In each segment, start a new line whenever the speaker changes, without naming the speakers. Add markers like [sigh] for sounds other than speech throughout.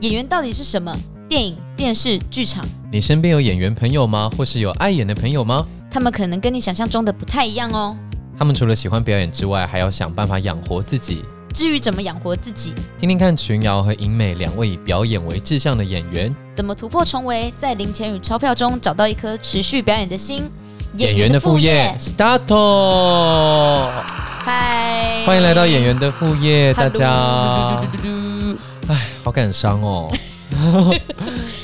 演员到底是什么？电影、电视、剧场，
你身边有演员朋友吗？或是有爱演的朋友吗？
他们可能跟你想象中的不太一样哦。
他们除了喜欢表演之外，还要想办法养活自己。
至于怎么养活自己，
听听看群瑶和尹美两位以表演为志向的演员，
怎么突破重围，在零钱与钞票中找到一颗持续表演的心，
演员的副业。start。哎
嗨，
欢迎来到演员的副业，大
Hello
家。
嘟嘟嘟嘟
哎，好感伤 [laughs] 哦，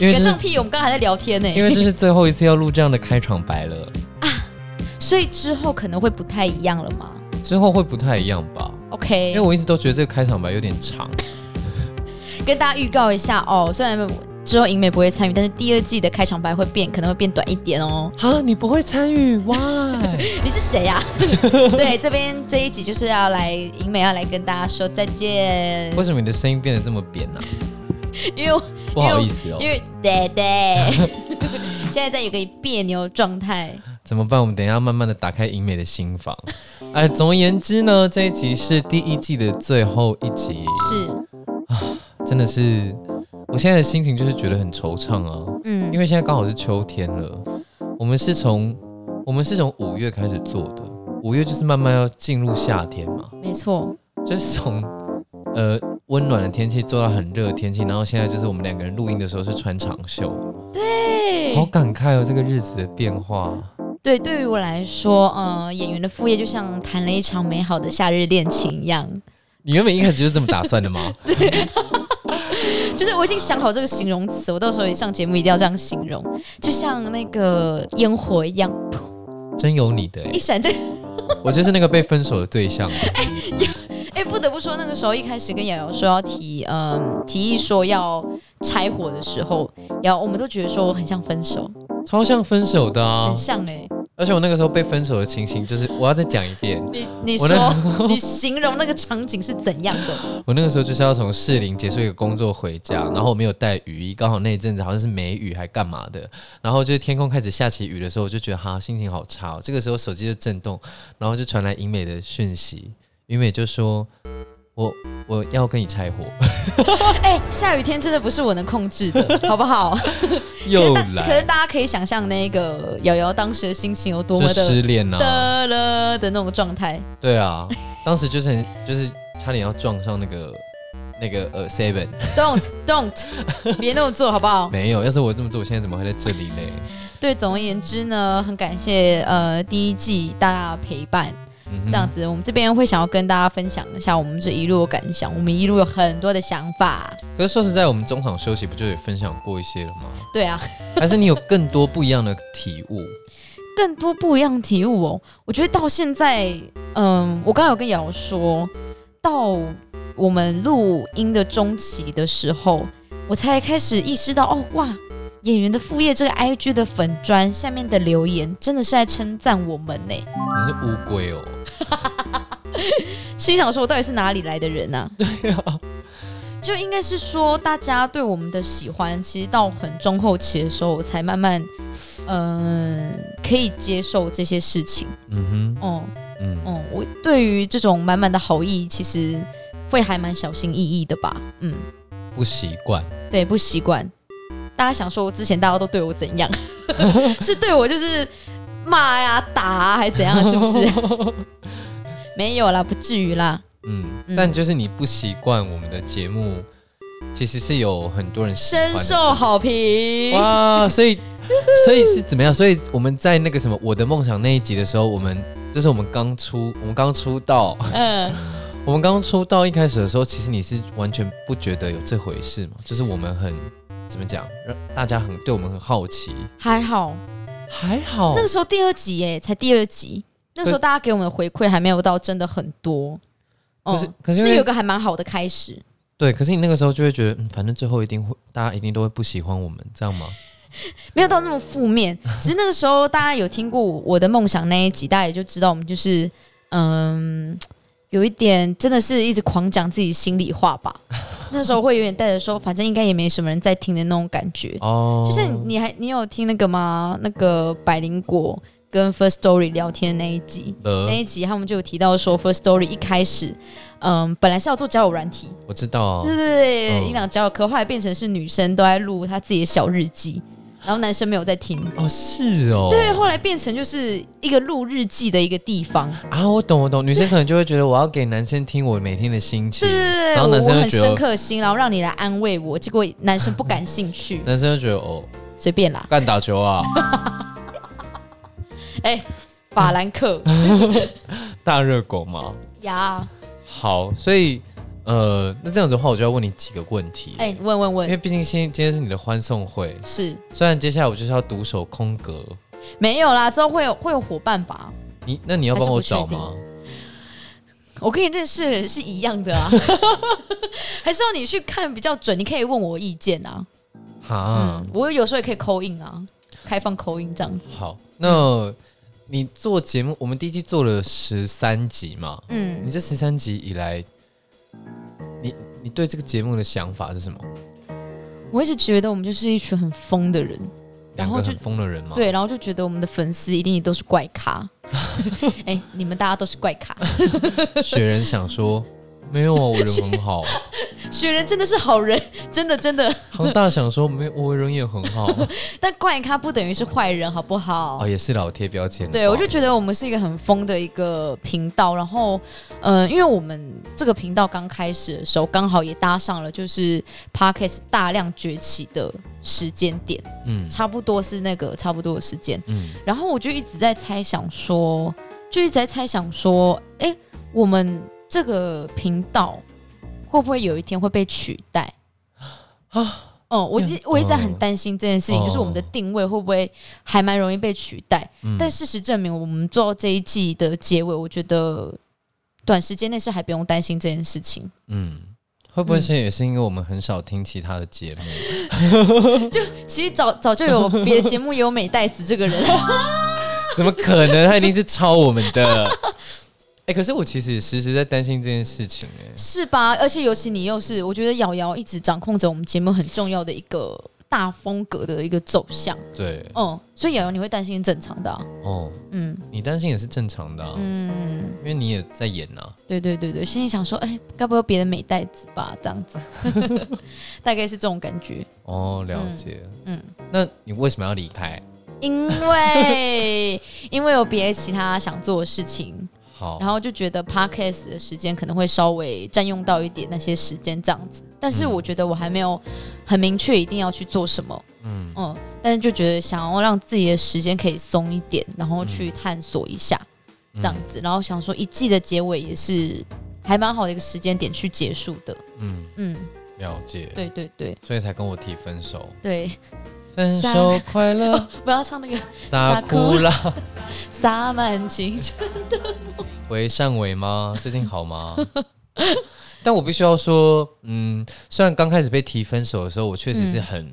因
跟
为这是
上屁，我们刚才还在聊天呢、
因为这是最后一次要录这样的开场白了，
所以之后可能会不太一样了嘛。
之后会不太一样吧？因为
OK，
我一直都觉得这个开场白有点长，
跟大家预告一下哦，虽然之后影美不会参与，但是第二季的开场白会变，可能会变短一点哦。
啊，你不会参与？Why？
你是谁
[laughs]
呀、对，这边这一集就是要来影美要来跟大家说再见，
为什么你的声音变得这么扁
[laughs]
呢、
因为我
不好意思哦
因，为对对， [laughs] 现在在有个别扭状态，
怎么办？我们等一下慢慢的打开英美的心房。哎，总而言之呢，这一集是第一季的最后一集，
是，
真的是，我现在的心情就是觉得很惆怅啊。
嗯
因，为现在刚好是秋天了，我们是从我们是从五月开始做的，五月就是慢慢要进入夏天嘛，
没错，
就是从呃温暖的天气做到很热的天气，然后现在就是我们两个人录音的时候是穿长袖，
对
好感慨哦，这个日子的变化。
对，对于我来说，呃，演员的副业就像谈了一场美好的夏日恋情一样，
你原本一开始就是这么打算
[laughs]
的吗？
就是我已经想好这个形容词，我到时候一上节目一定要这样形容，就像那个烟火一样，噗
真有你的、
一
欸，
闪在。
我就是那个被分手的对象。啊
[laughs] 哎、不得不说，那个时候一开始跟瑶瑶说要提，嗯，提议说要拆伙的时候，瑶我们都觉得说我很像分手，
超像分手的啊
很！像哎、
而且我那个时候被分手的情形，就是我要再讲一遍，
你你
我
说
那
你形容那个场景是怎样的？ [laughs]
我那个时候就是要从士林结束一个工作回家，然后我没有带雨衣，刚好那一阵子好像是梅雨还干嘛的，然后就是天空开始下起雨的时候，我就觉得哈心情好差、哦。这个时候手机就震动，然后就传来英美的讯息，英美就说：“我我要跟你拆伙， [laughs]
哎、下雨天真的不是我能控制的，好不好？ [laughs]
又
可是大可是
来，
大家可以想象那个瑶瑶当时的心情有多
就
么的
失恋呐、啊，
的了的那种状态。
对啊，当时就是很就是差点要撞上那个那个呃 seven，
Don't don't，别那 [laughs] 么做好不好？
没有，要是我这么做，我现在怎么会在这里呢？
对，总而言之呢，很感谢呃第一季大家的陪伴，
嗯哼
这样子我们这边会想要跟大家分享一下我们这一路的感想，我们一路有很多的想法。
可是说实在，我们中场休息不就也分享过一些了吗？
对啊， [laughs]
还是你有更多不一样的体悟？
更多不一样的体悟哦。我觉得到现在，嗯，我刚刚有跟瑶瑶说，到我们录音的中期的时候，我才开始意识到，哦哇，演员的副业这个 IG 的粉砖下面的留言真的是在称赞我们呢。
你是乌龟
[laughs]
哦，
心想说，我到底是哪里来的人啊？对啊。就应该是说，大家对我们的喜欢，其实到很中后期的时候，我才慢慢，嗯、可以接受这些事情。
嗯
哦、
哼，嗯，
嗯，我对于这种满满的好意，其实会还蛮小心翼翼的吧。嗯，
不习惯，
对，不习惯。大家想说，之前大家都对我怎样？是对我就是骂呀、打啊，还怎样？ [laughs] 是不
[laughs]
是？没有啦，不至于啦。
嗯，
嗯
但就是你不习惯我们的节目，其实是有很多人喜欢
深
的
受好评。
哇，所以所以是怎么样？所以我们在那个什么《我的梦想》那一集的时候，我们就是我们刚出，我们刚出道，
嗯，
我们刚出道一开始的时候，其实你是完全不觉得有这回事嘛？就是我们很怎么讲，让大家很对我们很好奇，
还好，
还好
那个时候第二集耶，才第二集。那时候大家给我们的回馈还没有到真的很多，哦
可是可是因为
是有个还蛮好的开始。
对，可是你那个时候就会觉得，嗯，反正最后一定会，大家一定都会不喜欢我们，这样 [laughs] 吗？
没有到那么负面，
嗯
只是那个时候大家有听过我的梦想那一集，大家也就知道我们就是嗯，有一点真的是一直狂讲自己心里话
[laughs]
吧。那时候会有点带着说，反正应该也没什么人在听的那种感觉。
哦，
就是你还你有听那个吗？那个百灵果跟 First Story 聊天那一集。
呃
那，一集他们就有提到说，First Story 一开始，嗯，本来是要做交友软体，
我知道啊
对，对对，
嗯
音档交友课，后来变成是女生都在录她自己的小日记，然后男生没有在听。
哦是哦，
对，后来变成就是一个录日记的一个地方。
啊，我懂我懂，女生可能就会觉得我要给男生听我每天的心情，
对对对，
然后
我
男
我
生
很
就
深
觉得，，
刻的心，然后让你来安慰我，结果男生不感兴趣
[laughs] 男生就觉得哦，
随便啦。
干打球啊， [laughs]
哎、法兰克
大热狗嘛。
呀，
好，所以呃，那这样子的话，我就要问你几个问题。
哎、问问
因 [laughs]
问，
为毕竟今今天是你的欢送会，
是
虽然接下来我就是要独守空格，
没有啦，之后会有会有伙伴吧？
你那你要帮我找
还
吗？
我跟你认识的人是一样的啊，还是要你去看比较准，你可以问我意见啊。
哈
嗯，，我有时候也可以扣印啊，开放扣印这样子。
好，那你做节目，我们第一季做了十三集嘛，
嗯
你，这十三集以来，你你对这个节目的想法是什么？
我一直觉得我们就是一群很疯的人，然
两
后
个
就
很疯的人吗？，
对，然后就觉得我们的粉丝一定都是怪咖。哎、你们大家都是怪咖，
雪人
[laughs]
想说没有啊，我人很好。
雪人真的是好人，真的真的。
杭大想说没有，我人也很好。
但怪咖不等于是坏人，好不好？
哦，也是老贴标签。
对，我就
得
觉得我们是一个很疯的一个频道，然后，呃，因为我们这个频道刚开始的时候，刚好也搭上了就是 podcast 大量崛起的时间点，
嗯
差不多是那个差不多的时间。
嗯，
然后我就一直在猜想说，就一直在猜想说，哎，我们这个频道会不会有一天会被取代啊？哦，我一直我一直在很担心这件事情，
哦
就是我们的定位会不会还蛮容易被取代？
嗯
但事实证明，我们做到这一季的结尾，我觉得短时间内是还不用担心这件事情。
嗯，会不会是也是因为我们很少听其他的节
[laughs]
目？
其实早早就有别的节目也有美代子这 [laughs] 个人，
怎么可能？他一定是抄我们的。 [laughs] 哎、可是我其实也时时在担心这件事情、哎，
是吧？而且尤其你又是，我觉得瑶瑶一直掌控着我们节目很重要的一个大风格的一个走向，
对，
嗯，所以瑶瑶你会担心正常的啊、
哦，
嗯
你担心也是正常的、啊，
嗯，
因为你也在演啊呐、
对对对对，心里想说，哎，该不会有别的美代子吧？这样子， [laughs] 大概是这种感觉，
哦，了解。
嗯。
那你为什么要离开？
因为因为有别的其他想做的事情，
好，
然后就觉得 podcast 的时间可能会稍微占用到一点那些时间这样子。但是
嗯
我觉得我还没有很明确一定要去做什么，
嗯，
嗯，但是就觉得想要让自己的时间可以松一点，然后去探索一下这样子。然后想说一季的结尾也是还蛮好的一个时间点去结束的。
嗯，
嗯，
嗯，了解。，
对对对
所以才跟我提分手。
对， [laughs]
分手快乐，
不要唱那个
咋哭啦？
洒满青春。
为善为吗？最近好吗？ [laughs] 但我必须要说，嗯，虽然刚开始被提分手的时候，我确实是
嗯
很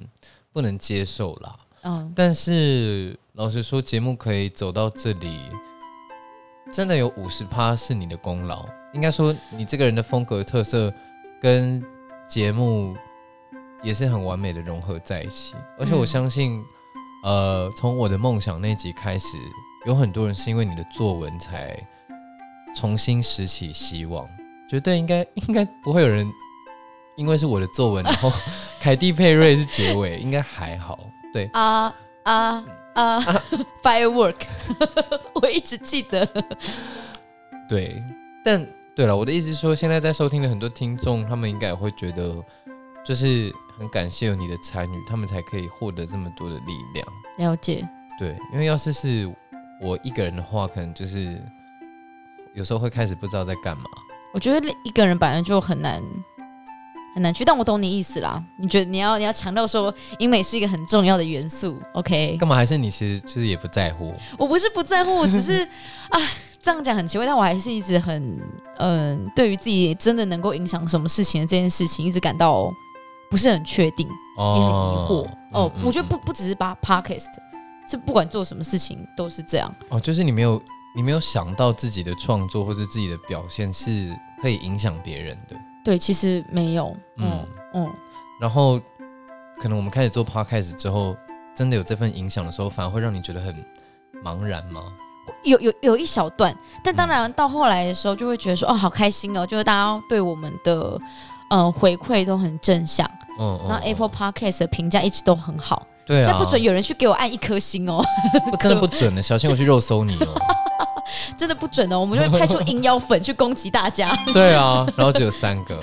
不能接受啦。
嗯，
但是老实说，节目可以走到这里，真的有五十趴是你的功劳。应该说，你这个人的风格特色跟节目也是很完美的融合在一起。而且我
嗯
相信，呃，从我的梦想那集开始，有很多人是因为你的作文才重新拾起希望。绝对应该 [laughs] 应该不会有人，因为是我的作文，然后凯蒂佩瑞是结尾，应该还好。对，
啊啊啊！Firework，我一直记得。
对，但对了，我的意思是说，现在在收听的很多听众，他们应该也会觉得，就是很感谢有你的参与，他们才可以获得这么多的力量。
了解，
对，因为要是是我一个人的话，可能就是有时候会开始不知道在干嘛。
我觉得一个人本来就很难很难去，但我懂你意思啦。你觉得你要你要强调说英美是一个很重要的元素，OK？
干嘛？还是你其实就是也不在乎？
我不是不在
[laughs]
乎，我只是啊这样讲很奇怪，但我还是一直很嗯、对于自己真的能够影响什么事情的这件事情，一直感到不是很确定，也很疑惑。哦，
嗯嗯
我觉得不
嗯
不只是把 podcast，是不管做什么事情都是这样。
哦，就是你没有你没有想到自己的创作或者自己的表现是可以影响别人的。
对，其实没有，
嗯
嗯嗯，
然后可能我们开始做 podcast 之后，真的有这份影响的时候，反而会让你觉得很茫然吗？
有有有一小段，但
嗯
当然到后来的时候就会觉得说，哦，好开心哦，就是大家对我们的嗯、呃回馈都很正向，
嗯，嗯
然后 Apple
嗯
Podcast 的评价一直都很好，
对
现
啊，
在不准有人去给我按一颗星哦， [laughs]
不 [laughs] 真的不准的，小心我去肉搜你哦。
真的不准哦，我们就会派出银妖粉去攻击大家。 [laughs]
对啊，然后只有三个，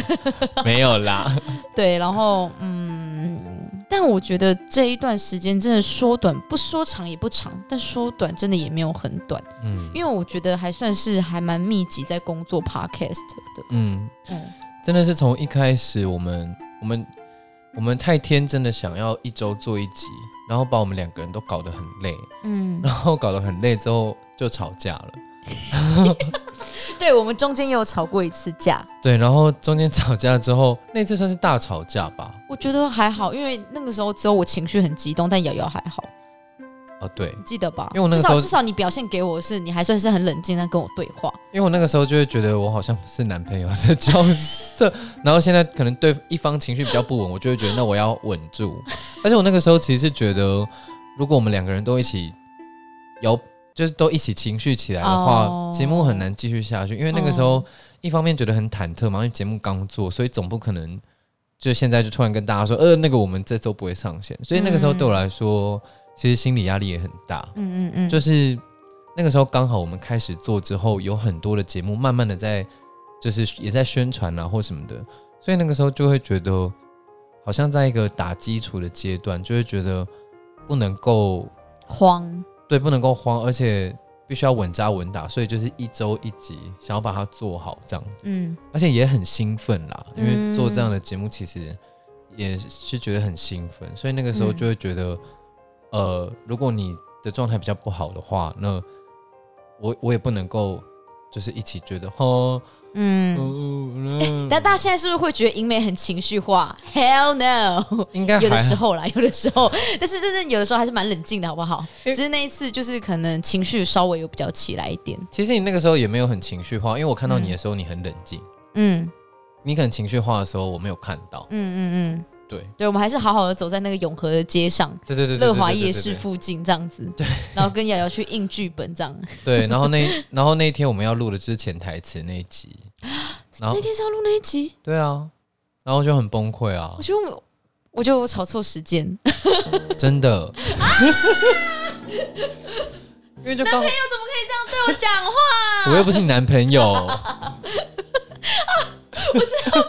没
[laughs]
有啦。
对，然后嗯，但我觉得这一段时间真的说短不说长也不长，但说短真的也没有很短，
嗯
因为我觉得还算是还蛮密集在工作 podcast 的。
嗯，
嗯，
真的是从一开始我们我们我们太天真的想要一周做一集，然后把我们两个人都搞得很累，
嗯，
然后搞得很累之后就吵架了。
对，我们中间也有吵过一次架，
对，然后中间吵架之后，那次算是大吵架吧？
我觉得还好，因为那个时候只有我情绪很激动，但瑶瑶还好，
哦，对，
你记得吧？
因为我那个
至
时
少
候
至少你表现给我是你还算是很冷静在跟我对话，
因为我那个时候就会觉得我好像不是男朋友的角色， [laughs] 然后现在可能对一方情绪比较不稳，我就会觉得那我要稳住。但是我那个时候其实是觉得，如果我们两个人都一起有，就是都一起情绪起来的话，
哦
节目很难继续下去。因为那个时候
哦
一方面觉得很忐忑嘛，因为节目刚做，所以总不可能就现在就突然跟大家说，呃，那个我们这周不会上线。所以那个时候对我来说，其实心理压力也很大。
嗯嗯嗯，
就是那个时候刚好我们开始做之后，有很多的节目慢慢的在就是也在宣传啊或什么的，所以那个时候就会觉得好像在一个打基础的阶段，就会觉得不能够
慌，
对不能够慌，而且必须要稳扎稳打，所以就是一周一集，想要把它做好这样子，
嗯
而且也很兴奋啦，因为
嗯
做这样的节目其实也是觉得很兴奋，所以那个时候
嗯
就会觉得，呃，如果你的状态比较不好的话，那我我也不能够就是一起觉得哦，
嗯。
嗯，
但大家现在是不是会觉得英美很情绪化？Hell no！
应该
有的
还
时
好
候啦， [laughs] 有的时候，但是真的有的时候还是蛮冷静的，好不好？
因为
只是那一次就是可能情绪稍微有比较起来一点。
其实你那个时候也没有很情绪化，因为我看到你的时候你很冷静，
嗯
你可能情绪化的时候我没有看到
嗯，嗯嗯，
对。
对，我们还是好好的走在那个永和的街上，
对对对，对
乐华
对对
夜
对
市
对
附近这样子，对，然后跟瑶瑶去印剧本这样。
对，然后那然后那一天我们要录的就是潜台词那一集，然后
那天是要录那一集，
对啊，然后就很崩溃啊
我，觉得我我觉得我找错时间，
真的， [laughs] 因为就刚好
对我讲话，
我又不是你男朋 [laughs] 友，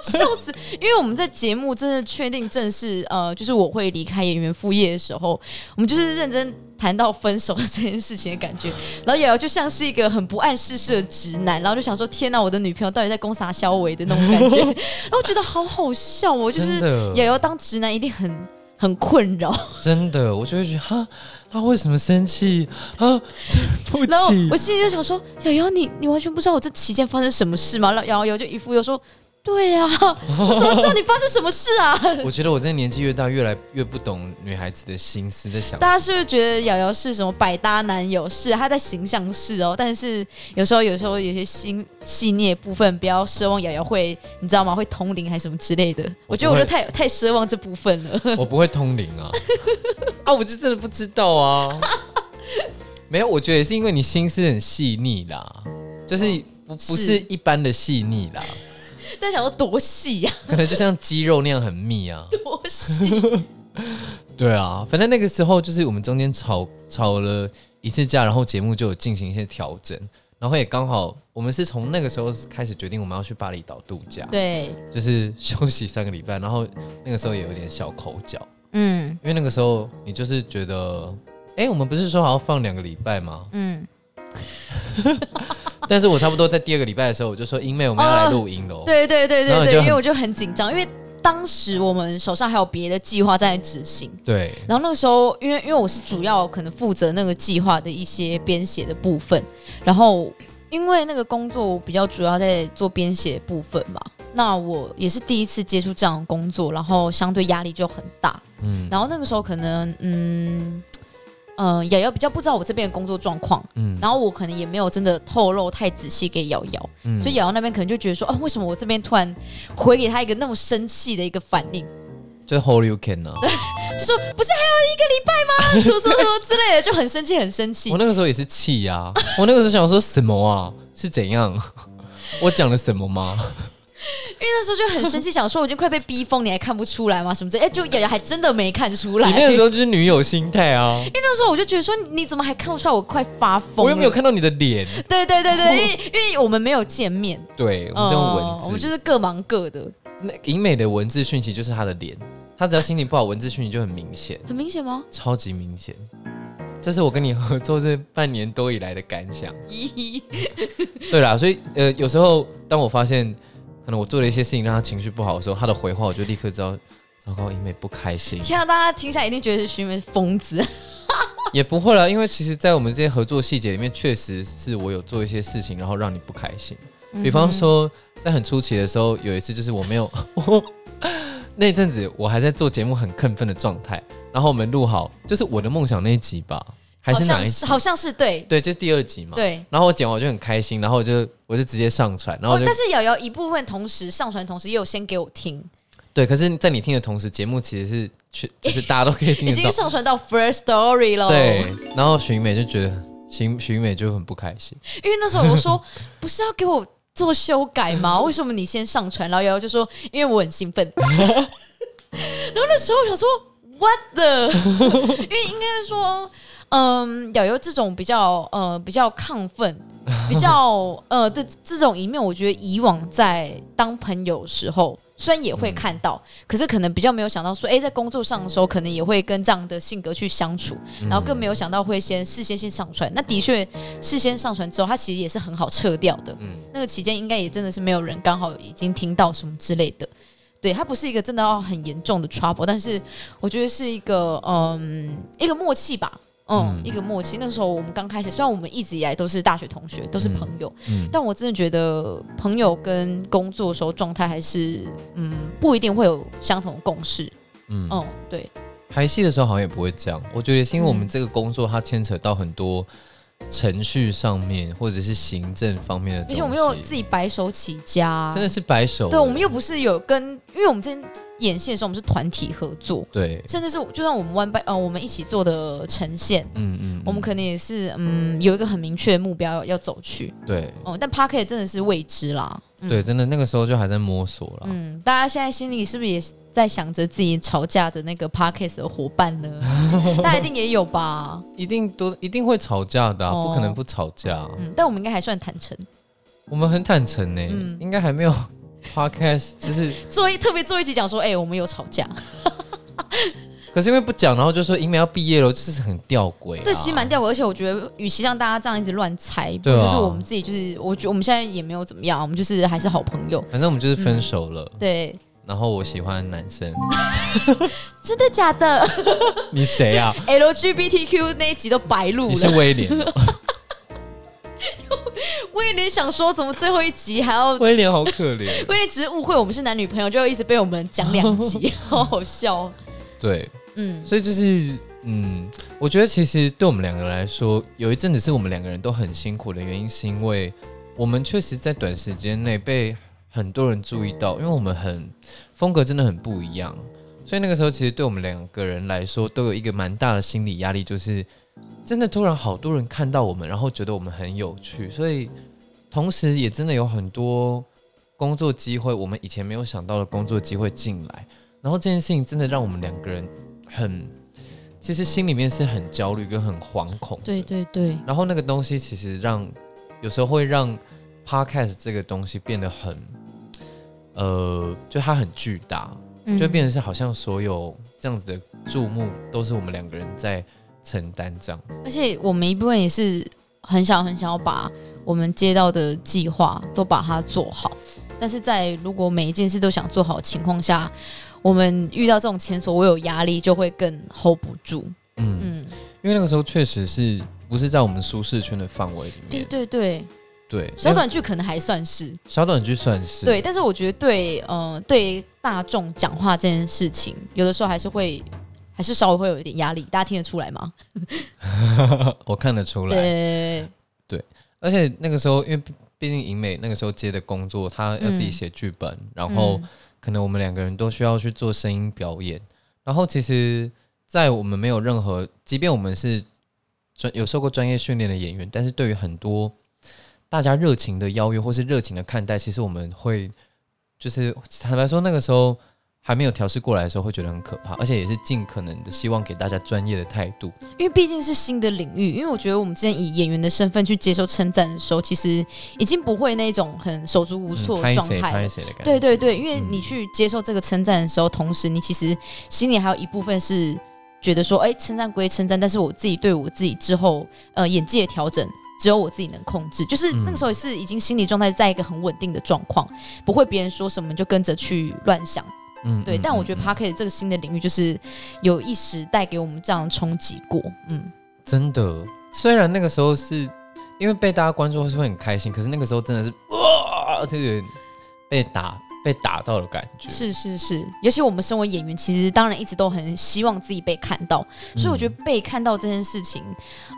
笑死！因为我们在节目真的确定正式呃，就是我会离开演员副业的时候，我们就是认真谈到分手这件事情的感觉。 [laughs] 然后瑶瑶就像是一个很不谙世事的直男，然后就想说：天哪，我的女朋友到底在攻啥消维的那种 [laughs] 感觉。然后觉得好好笑哦，就
真
是瑶
的
瑶当直男一定很很困扰。
真的，我就会觉得哈，他为什么生气啊？ [laughs] 对不
然后
起
我，心里就想说：瑶瑶，你你完全不知道我这期间发生什么事吗？然后瑶瑶就一副又说。对呀、 [laughs] 我怎么知道你发生什么事啊？ [laughs]
我觉得我真的年纪越大，越来越不懂女孩子的心思在想什么。
大家是不是觉得瑶瑶是什么百搭男友？是啊他在形象是哦，但是有时候有时候有些心细腻的部分，不要奢望瑶瑶会，你知道吗？会通灵还是什么之类的。我觉得我就太太奢望这部分了。 [laughs]
我不会通灵啊， [laughs] 啊，我就真的不知道啊。 [laughs] 没有，我觉得也是因为你心思很细腻啦，就是不不是
是
一般的细腻啦，
但想要多细呀、
可能就像肌肉那样很密啊。
[laughs] 多细！
对啊，反正那个时候就是我们中间吵吵了一次架，然后节目就有进行一些调整，然后也刚好我们是从那个时候开始决定我们要去巴厘岛度假，
对，
就是休息三个礼拜，然后那个时候也有点小口角。
嗯
因为那个时候你就是觉得，哎、我们不是说好要放两个礼拜吗？
[laughs] 嗯，
但是我差不多在第二个礼拜的时候，我就说英妹我们要来录音喽、，
哦对对对
然后
对对，
你就
因
很
为我就很紧张，因为当时我们手上还有别的计划在执行。
对
然后那个时候，因为因为我是主要可能负责那个计划的一些编写的部分，然后因为那个工作我比较主要在做编写部分嘛，那我也是第一次接触这样的工作，然后相对压力就很大。
嗯
然后那个时候可能，嗯，呃，瑶瑶比较不知道我这边的工作状况，
嗯
然后我可能也没有真的透露太仔细给瑶瑶，
嗯
所以瑶瑶那边可能就觉得说，哦，为什么我这边突然回给她一个那么生气的一个反应？
就 hold you can 啊，
就说不是还有一个礼拜吗？什么什么什么之类的，就很生气，很生气
我。那个时候也是气呀、我那个时候想说什么啊？是怎样？ [laughs] 我讲了什么吗？
因为那时候就很生气，想说我已经快被逼疯，你还看不出来吗？什么之类，哎、就也还真的没看出来。
你那个时
候，
候就是女友心态
[laughs]
啊！
因为那时候我就觉得说，你怎么还看不出来我快发疯？
我又没有。看到你的脸，
对对对对，因为因为我们没有见面，
对我们是用文
呃
字，嗯
我们就是各忙各的，
那影美的文字讯息就是她的脸，她只要心情不好，文字讯息就很明显，
很明显吗？
超级明显。这是我跟你合作这半年多以来的感
[laughs]
想。
咦，
对啦，所以呃，有时候当我发现可能我做了一些事情让她情绪不好的时候，她的回话我就立刻知道，糟糕，影美不开心。
天啊！大家听起来一定觉得徐美是疯子，
也不会啦，因为其实，在我们这些合作细节里面，确实是我有做一些事情，然后让你不开心。
嗯
比方说，在很初期的时候，有一次就是我没有， [laughs] 我那一阵子我还在做节目很亢奋的状态，然后我们录好，就是我的梦想那一集吧，还是哪
好像
一
是
集？
好像是对
对，就是第二集嘛。。
对。
然后我剪完我就很开心，然后我就我就直接上传，然
哦
后我，就、
但是瑶瑶一部分同时上传，同时也有先给我听，
对。可是，在你听的同时，节目其实是去，就是 [laughs] 大家都可以听
已
得
经哦
到。
上传到 First Story 了。
对，然后许美就觉得，许许美就很不开心。
因为那时候我说不是要给我做修改吗？
[laughs]
为什么你先上传？然后瑶瑶就说因为我很兴奋。然后那时候我想说 what the，因
[laughs]
为应该是说，嗯，瑶瑶这种比较呃比较亢奋。比较呃的这种一面，我觉得以往在当朋友的时候，虽然也会看到，可是可能比较没有想到说，哎、在工作上的时候，可能也会跟这样的性格去相处，然后更没有想到会先事先先上传。那的确，事先上传之后，它其实也是很好撤掉的。那个期间应该也真的是没有人刚好已经听到什么之类的。对，它不是一个真的要很严重的 trouble，但是我觉得是一个嗯一个默契吧。嗯，一个默契。那时候我们刚开始，虽然我们一直以来都是大学同学，都是朋友，
嗯
但我真的觉得朋友跟工作的时候状态还是，嗯，不一定会有相同的共识。
嗯
嗯，对，
拍戏的时候好像也不会这样，我觉得也是因为
嗯
我们这个工作它牵扯到很多程序上面或者是行政方面的东
而
西，
且我们又自己白手起家，
真的是白手，
对，我们又不是有跟，因为我们之前演戏的时候，我们是团体合作，
对，
甚至是就算我们 one by 呃，我们一起做的呈现，
嗯嗯，
我们可能也是嗯有一个很明确的目标要要走去。
对
哦、但 p a r k e t 真的是未知啦。嗯、
对，真的那个时候就还在摸索啦。
嗯，大家现在心里是不是也在想着自己吵架的那个 p a r k e t 的伙伴
[laughs]
呢？大家一定也有吧。
一定都一定会吵架的啊、
哦
不可能不吵架啊、
嗯，但我们应该还算坦诚，
我们很坦诚呢、
嗯
应该还没有 [laughs] podcast，就是
做一特别做一集讲说，哎、我们有吵架，
可是因为不讲，然后就说英美要毕业了，就是很吊诡、啊，
对，其实蛮吊诡，而且我觉得，与其让大家这样一直乱猜，不
对啊
就是我们自己，就是我觉得我们现在也没有怎么样，我们就是还是好朋友。
反正我们就是
嗯
分手了，
对，
然后我喜欢男
[laughs]
生，
真的假的 [laughs]
你谁啊？
？LGBTQ 那一集都白录
你是
了，
威廉哦、
我有点想说，怎么最后一集还要？
[laughs] 威廉好可怜。
因为只是误会我们是男女朋友，就一直被我们讲两
[laughs]
集，好好笑哦。
对，
嗯，
所以就是，嗯，我觉得其实对我们两个来说，有一阵子是我们两个人都很辛苦的原因，是因为我们确实在短时间内被很多人注意到，因为我们很风格真的很不一样，所以那个时候其实对我们两个人来说，都有一个蛮大的心理压力，就是真的突然好多人看到我们，然后觉得我们很有趣，所以同时也真的有很多工作机会，我们以前没有想到的工作机会进来。然后这件事情真的让我们两个人很，其实心里面是很焦虑跟很惶恐。
对。对对，
然后那个东西其实让有时候会让 podcast 这个东西变得很，呃，就它很巨大，
嗯
就变成是好像所有这样子的注目都是我们两个人在承担这样子。
而且我们一部分也是很想很想要把我们接到的计划都把它做好，但是在如果每一件事都想做好的情况下，我们遇到这种前所未有压力，就会更 hold 不住。
嗯，
嗯，
因为那个时候确实是不是在我们舒适圈的范围里
对
面，
对对，
对，
小
因为
短剧可能还算是
小短剧算是
对，但是我觉得对，嗯、对大众讲话这件事情，有的时候还是会。还是稍微会有一点压力，大家听得出来吗？
我看得出来。
对，
而且那个时候，因为毕毕竟影美那个时候接的工作，她要自己
嗯
写剧本，然后可能我们两个人都需要去做声音表演。然后其实在我们没有任何，即便我们是专有受过专业训练的演员，但是对于很多大家热情的邀约或是热情的看待，其实我们会就是坦白说，那个时候还没有调试过来的时候，会觉得很可怕，而且也是尽可能的希望给大家专业的态度。
因为毕竟是新的领域，因为我觉得我们之前以演员的身份去接受称赞的时候，其实已经不会那种很手足无措的
嗯拍
状
谁
态了。
拍谁的感觉？
对对对，因为
嗯
你去接受这个称赞的时候，同时你其实心里还有一部分是觉得说，哎，称赞归称赞，但是我自己对我自己之后呃演技的调整，只有我自己能控制。就是
嗯
那个时候也是已经心理状态在一个很稳定的状况，不会别人说什么你就跟着去乱想。
嗯
对，
嗯
但我
嗯
觉得
嗯
p a r k e t 这个新的领域就是有一时带给我们这样的冲击过。嗯，
真的，虽然那个时候是因为被大家关注是会很开心，可是那个时候真的是哇，这个被打被打到的感觉。
是是是，尤其我们身为演员，其实当然一直都很希望自己被看到。
嗯
所以我觉得被看到这件事情，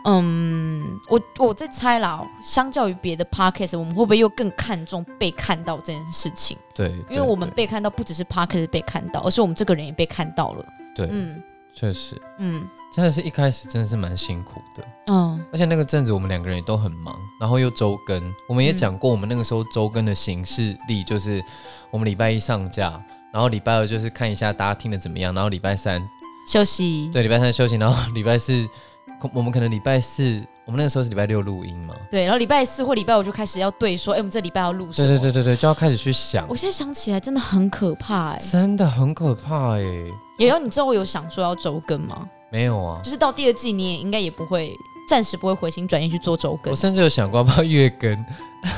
嗯，我我在猜啦，相较于别的 podcast，我们会不会又更看重被看到这件事情？
对，
因
对
为我们
对
被看到不只是 podcast 被看到，而是我们这个人也被看到了。
对
嗯
确实
嗯
真的是一开始真的是蛮辛苦的，
嗯，
而且那个阵子我们两个人也都很忙，然后又周更，我们也
嗯
讲过，我们那个时候周更的形式力就是我们礼拜一上架。然后礼拜二就是看一下大家听的怎么样，然后礼拜三
休息。
对礼拜三休息，然后礼拜四可我们可能礼拜四我们那个时候是礼拜六录音嘛，
对，然后礼拜四或礼拜五就开始要对说，哎、我们这礼拜要录什
对
么？
对对对对，就要开始去想
我，现在想起来真的很可怕哎、
真的很可怕哎、
也有你之后有想说要周更吗？
没有啊
就，是到第二季你也应该也不会，暂时不会回心转意去做周更
我。甚至有想过要不要月更，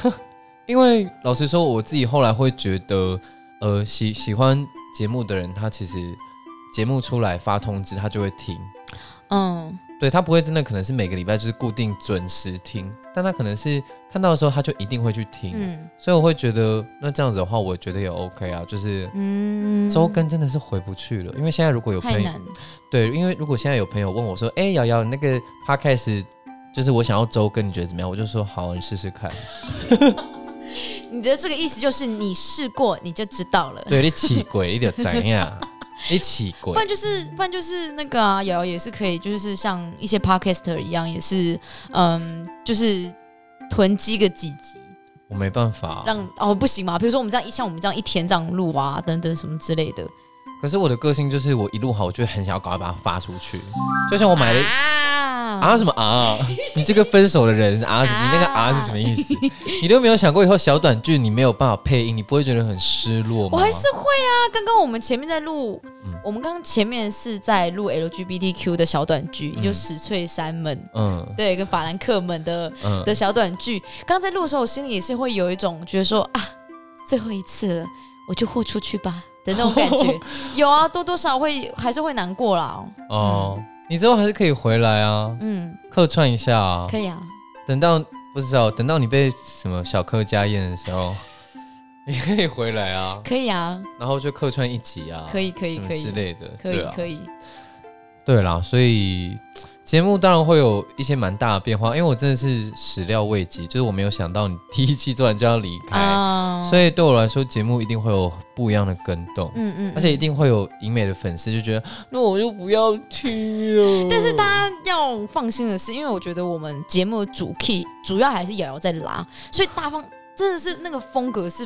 [laughs] 因为老实说，我自己后来会觉得，呃，喜喜欢节目的人，他其实节目出来发通知，他就会听，
嗯，
对他不会真的可能是每个礼拜就是固定准时听，但他可能是看到的时候，他就一定会去听，
嗯
所以我会觉得，那这样子的话，我觉得也 OK 啊，就是。
嗯，
周更真的是回不去了，因为现在如果有
太
朋友
难，
对，因为如果现在有朋友问我说：“哎、瑶瑶，那个 podcast 就是我想要周更，你觉得怎么样？”我就说：“好，你试试看。
你的这个意思就是你试过你就知道了”，
对，你起鬼，你就怎样？ [laughs] 你起
不
鬼
然，就是不然就是那个啊，瑶瑶也是可以，就是像一些 podcaster 一样，也是嗯，就是囤积个几集，
我没办法、
让哦不行嘛，比如说我们这样一像我们这样一天这样录啊，等等什么之类的。
可是我的个性就是，我一录好，我就很想要赶快把它发出去。就像我买了一
啊
啊什么啊，你这个分手的人啊，什么你那个啊是什么意思？你都没有想过以后小短剧你没有办法配音，你不会觉得很失落吗？
我还是会啊。刚刚我们前面在录，
嗯
我们刚刚前面是在录 LGBTQ 的小短剧，
嗯
就史翠珊们
嗯
对跟法兰克们的
嗯
的小短剧。刚刚在录的时候，我心里也是会有一种觉得说啊，最后一次了，我就豁出去吧的那种感
[laughs]
觉。有啊，多多少少会还是会难过啦。
哦，你之后还是可以回来啊，
嗯，
客串一下啊。
可以啊。
等到不知道，等到你被什么小柯家宴的时候， [laughs] 你可以回来啊，
可以啊，
然后就客串一集啊，
可以可以
什么
可以
之类的，
可以
对，啊、
可以，
对啦，所以节目当然会有一些蛮大的变化，因为我真的是始料未及，就是我没有想到你第一季做完就要离开，
啊
所
以，
以对我来说节目一定会有不一样的跟动。
嗯嗯，
而且一
嗯
定会有影美的粉丝就觉得，那我就不要去哦了。
但是大家要放心的是，因为我觉得我们节目的主 key 主要还是瑶瑶在拉，所以大方真的是那个风格是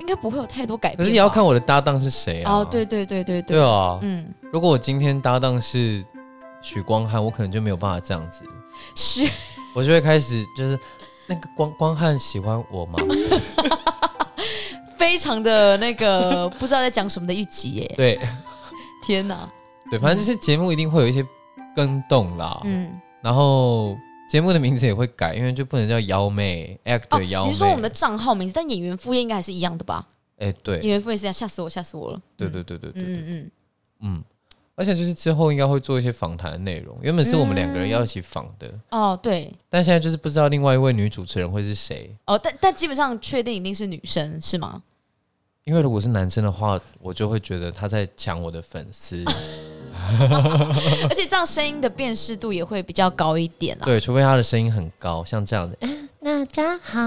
应该不会有太多改变吧。
可是也要看我的搭档是谁啊。
哦，对对对对
对啊，
嗯，
如果我今天搭档是许光汉，我可能就没有办法这样子，
是。
我就会开始就是那个光光汉喜欢我
[laughs]
吗？
非常的那个 [laughs] 不知道在讲什么的一集耶！
对啊
天哪，
对，反正就是节目一定会有一些更动啦，
嗯，
然后节目的名字也会改，因为就不能叫妖妹 actor 妖
哦
妹。
你是说我们的账号名字，但演员副业应该还是一样的吧？
哎、对
演员副业是这样，吓死我，吓死我了！
对对对对对，
嗯，嗯
嗯。而且就是之后应该会做一些访谈的内容，原本是我们两个人要一起访的，
嗯，哦对，
但现在就是不知道另外一位女主持人会是谁，
哦，但但基本上确定一定是女生是吗？
因为如果是男生的话，我就会觉得他在抢我的粉丝。
[laughs] 而且这样声音的辨识度也会比较高一点啦。 [laughs]
对，除非他的声音很高，像这样子。
那
大家好。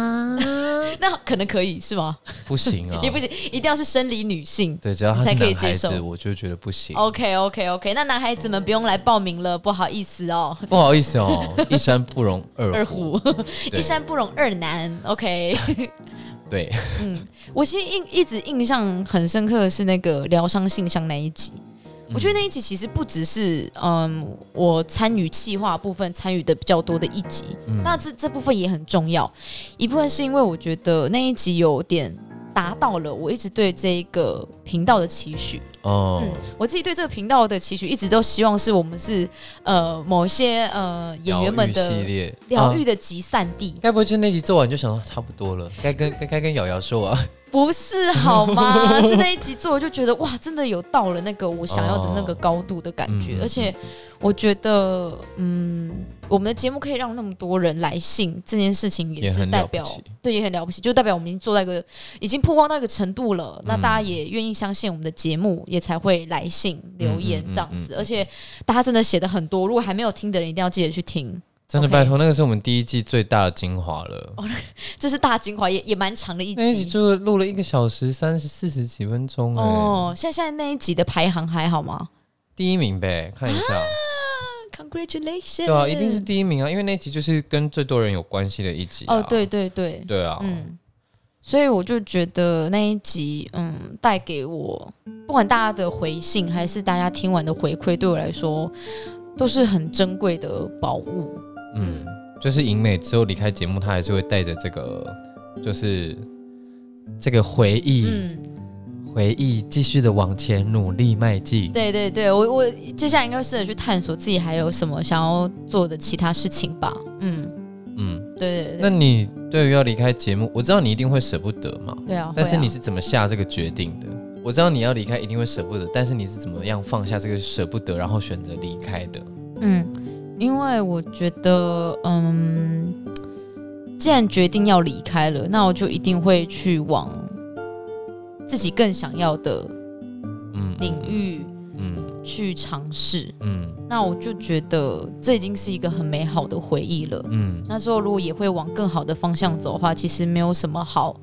那可能可以是吗？
不行啊，
也不行，一定要是生理女性。
对，只要他是
才可以
男孩
接
子，
受
我就觉得不行。
OK OK OK，那男孩子们不用来报名了，不好意思哦。
不好意思哦，一山不容二
二
虎。
[laughs] 虎，
对
一山不容二男。OK， [laughs]
对，
我其实印一直印象很深刻的是那个疗伤信箱那一集。 [laughs] 我
嗯
觉得那一集其实不只是嗯，我参与企划部分参与的比较多的一集，
嗯
那这这部分也很重要。一部分是因为我觉得那一集有点达到了我一直对这一个频道的期许，
哦，
嗯，我自己对这个频道的期许一直都希望是我们是呃某些呃演员们
疗愈系
的
列
疗
啊
愈的集散地，
该不会就那集做完就想到差不多了，该跟 [laughs] 该该跟瑶瑶说啊，
不是好
[laughs]
吗？是那一集做，我就觉得哇，真的有到了那个我想要的那个高度的感觉，
哦嗯
而且我觉得，嗯，我们的节目可以让那么多人来信，这件事情也
也
是
很
代
了不
表
起
对，也很了不起，就代表我们已经做到一个已经曝光到一个程度了，那
嗯
大家也愿意相信我们的节目，也才会来信留言
嗯嗯
这样子，
嗯嗯
而且大家真的写的很多，如果还没有听的人，一定要记得去听，
真的
OK
拜托，那个是我们第一季最大的精华了。
哦这是大精华，也也蛮长的一
那一集
集。
就录了一个小时三十四十几分钟哎、
哦，现在现在那一集的排行还好吗？
第一名呗，看一下，
啊 Congratulations！哦
对啊，一定是第一名啊，因为那集就是跟最多人有关系的一集、啊。
哦，对对对，
对啊，
嗯，所以我就觉得那一集，嗯，带给我不管大家的回信还是大家听完的回馈，对我来说都是很珍贵的宝物。
嗯，就是银美之后离开节目，她还是会带着这个，就是这个回忆，
嗯，
回忆继续的往前努力迈进。
对对对，我我接下来应该会试着去探索自己还有什么想要做的其他事情吧。嗯，
嗯，
对对
那
对，
你对于要离开节目，我知道你一定会舍不得嘛，
对啊，
但是
会啊
你是怎么下这个决定的？我知道你要离开一定会舍不得，但是你是怎么样放下这个舍不得，然后选择离开的？
嗯，因为我觉得，嗯，既然决定要离开了，那我就一定会去往自己更想要的
嗯，
领域
嗯，
去尝试。
嗯
那我就觉得这已经是一个很美好的回忆了。
嗯嗯，
那之后如果也会往更好的方向走的话，其实没有什么好，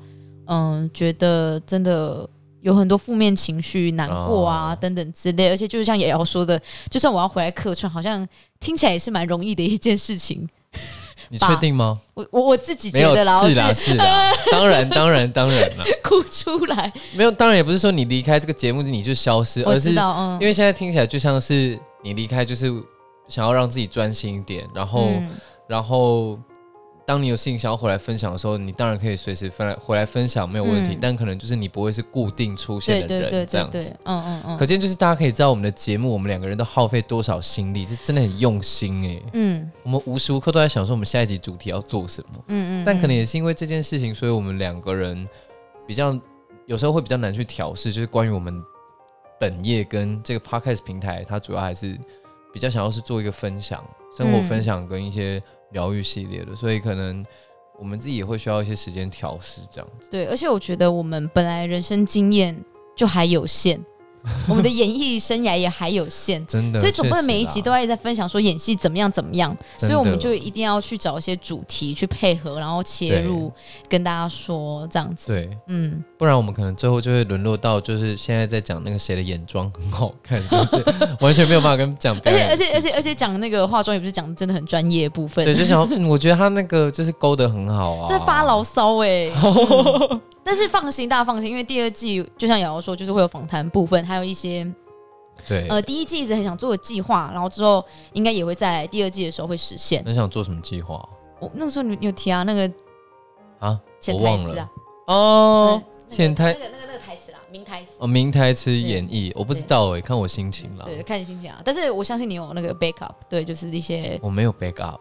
嗯，觉得真的有很多负面情绪、难过啊、
哦
等等之类。而且就是像瑶瑶说的，就算我要回来客串，好像听起来也是蛮容易的一件事情。
你
吧
确定吗？
我我我自己
没
觉
有，
得啦，我
是
自
啦
己 [laughs]
是啦，当然当然当然啦，
哭出来，
没有，当然也不是说你离开这个节目你就消失，
我
[laughs] 而是
知
因
道，嗯，
为现在听起来就像是你离开就是想要让自己专心一点，然后、
嗯
然后当你有事情想要回来分享的时候，你当然可以随时分来回来分享没有问题，
嗯
但可能就是你不会是固定
对
出现的
对
人
对
这
对
样
对
子。，
嗯嗯嗯，
可见就是大家可以知道我们的节目，我们两个人都耗费多少心力，这真的很用心哎、
嗯
我们无时无刻都在想说我们下一集主题要做什么。
嗯嗯，
但可能
嗯
也是因为这件事情，所以我们两个人比较有时候会比较难去调试，就是关于我们本业跟这个 podcast 平台，它主要还是比较想要是做一个分享，生活分享跟一些疗愈系列的，所以可能我们自己也会需要一些时间调试这样子。
对，而且我觉得我们本来人生经验就还有
[laughs]
限，我们的演艺生涯也还有限。
真的，
所以总不能每一集都
要，
要一直在分享说演戏怎么样怎么样，所
真的
以我们就一定要去找一些主题去配合，然后切入跟大家说这样子。
对，
嗯，
不然我们可能最后就会沦落到就是现在在讲那个谁的眼妆很好看，就是 [laughs] 完全没有办法跟讲
而
表
且
演
而
的事
且
情。
而且而且讲那个化妆也不是讲得真的很专业的部分
对，，就想要、嗯我觉得他那个就是勾的很好啊，
在发牢骚
[laughs]
哎、 [laughs] 嗯但是放心，大家放心，因为第二季就像瑶瑶说，就是会有访谈部分，还有一些
对，
呃第一季一直很想做的计划，然后之后应该也会在第二季的时候会实现。
很想做什么计划
我那个时候你你有提啊，那个
啊？
潜
我
台
忘
词啊
了，哦
嗯，
潜
那
台
个那个那个台词啦，名台词。
哦，明台词演绎，我不知
对
道哎，看我心情啦。
对，看你心情啊。但是我相信你有那个 backup，对，就是一
[laughs]
些
我没有 back up。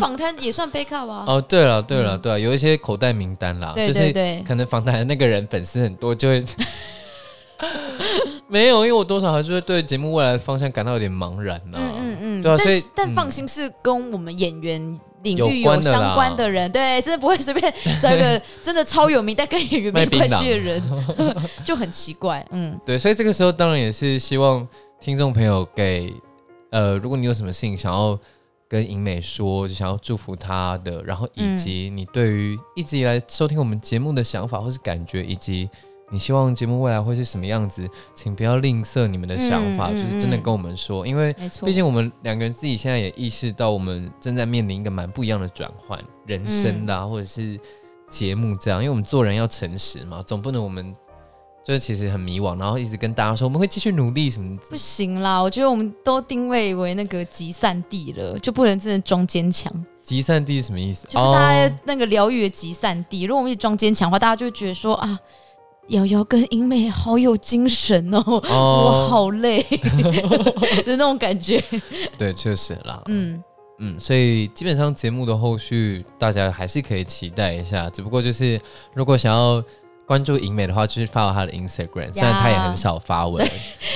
访谈也算 backup 啊。
哦，对了，对了，对了，有一些口袋名单啦，
对
就
对
是
对，
可能访谈的那个人粉丝很多，就
[laughs]
会 [laughs] 没有，因为我多少还是会对节目未来的方向感到有点茫然呐。
嗯嗯嗯。
对啊
但
所以
是但
嗯
放心，是跟我们演员。领
有
域有
关的
相
啦
关的人，对，真的不会随便找一
[laughs]
个真的超有名但跟演员没
卖槟
关系
榔
的人，
[laughs]
[laughs] 就很奇怪。嗯，
对，所以这个时候当然也是希望听众朋友给呃，如果你有什么事情想要跟尹美说，就想要祝福她的，然后
嗯
以及你对于一直以来收听我们节目的想法或是感觉，以及你希望节目未来会是什么样子，请不要吝啬你们的想法，
嗯嗯
就是真的跟我们说，因为
没错，
毕竟我们两个人自己现在也意识到，我们正在面临一个蛮不一样的转换，人生
嗯
啦，或者是节目这样，因为我们做人要诚实嘛，总不能我们就是其实很迷惘，然后一直跟大家说我们会继续努力什么之
不行啦，我觉得我们都定位为那个集散地了，就不能真的装坚强，
集散地是什么意思？
就是大
哦
家那个疗愈的集散地。如果我们一直装坚强的话，大家就会觉得说啊，瑶瑶跟英美好有精神哦。 [laughs]
哦
我好
[laughs]
累的那种感觉，
对，确实啦，嗯
嗯，
嗯，所以基本上节目的后续大家还是可以期待一下，只不过就是如果想要。关注影美的话，就是发到她的 Instagram，虽然
呀
她也很少发文，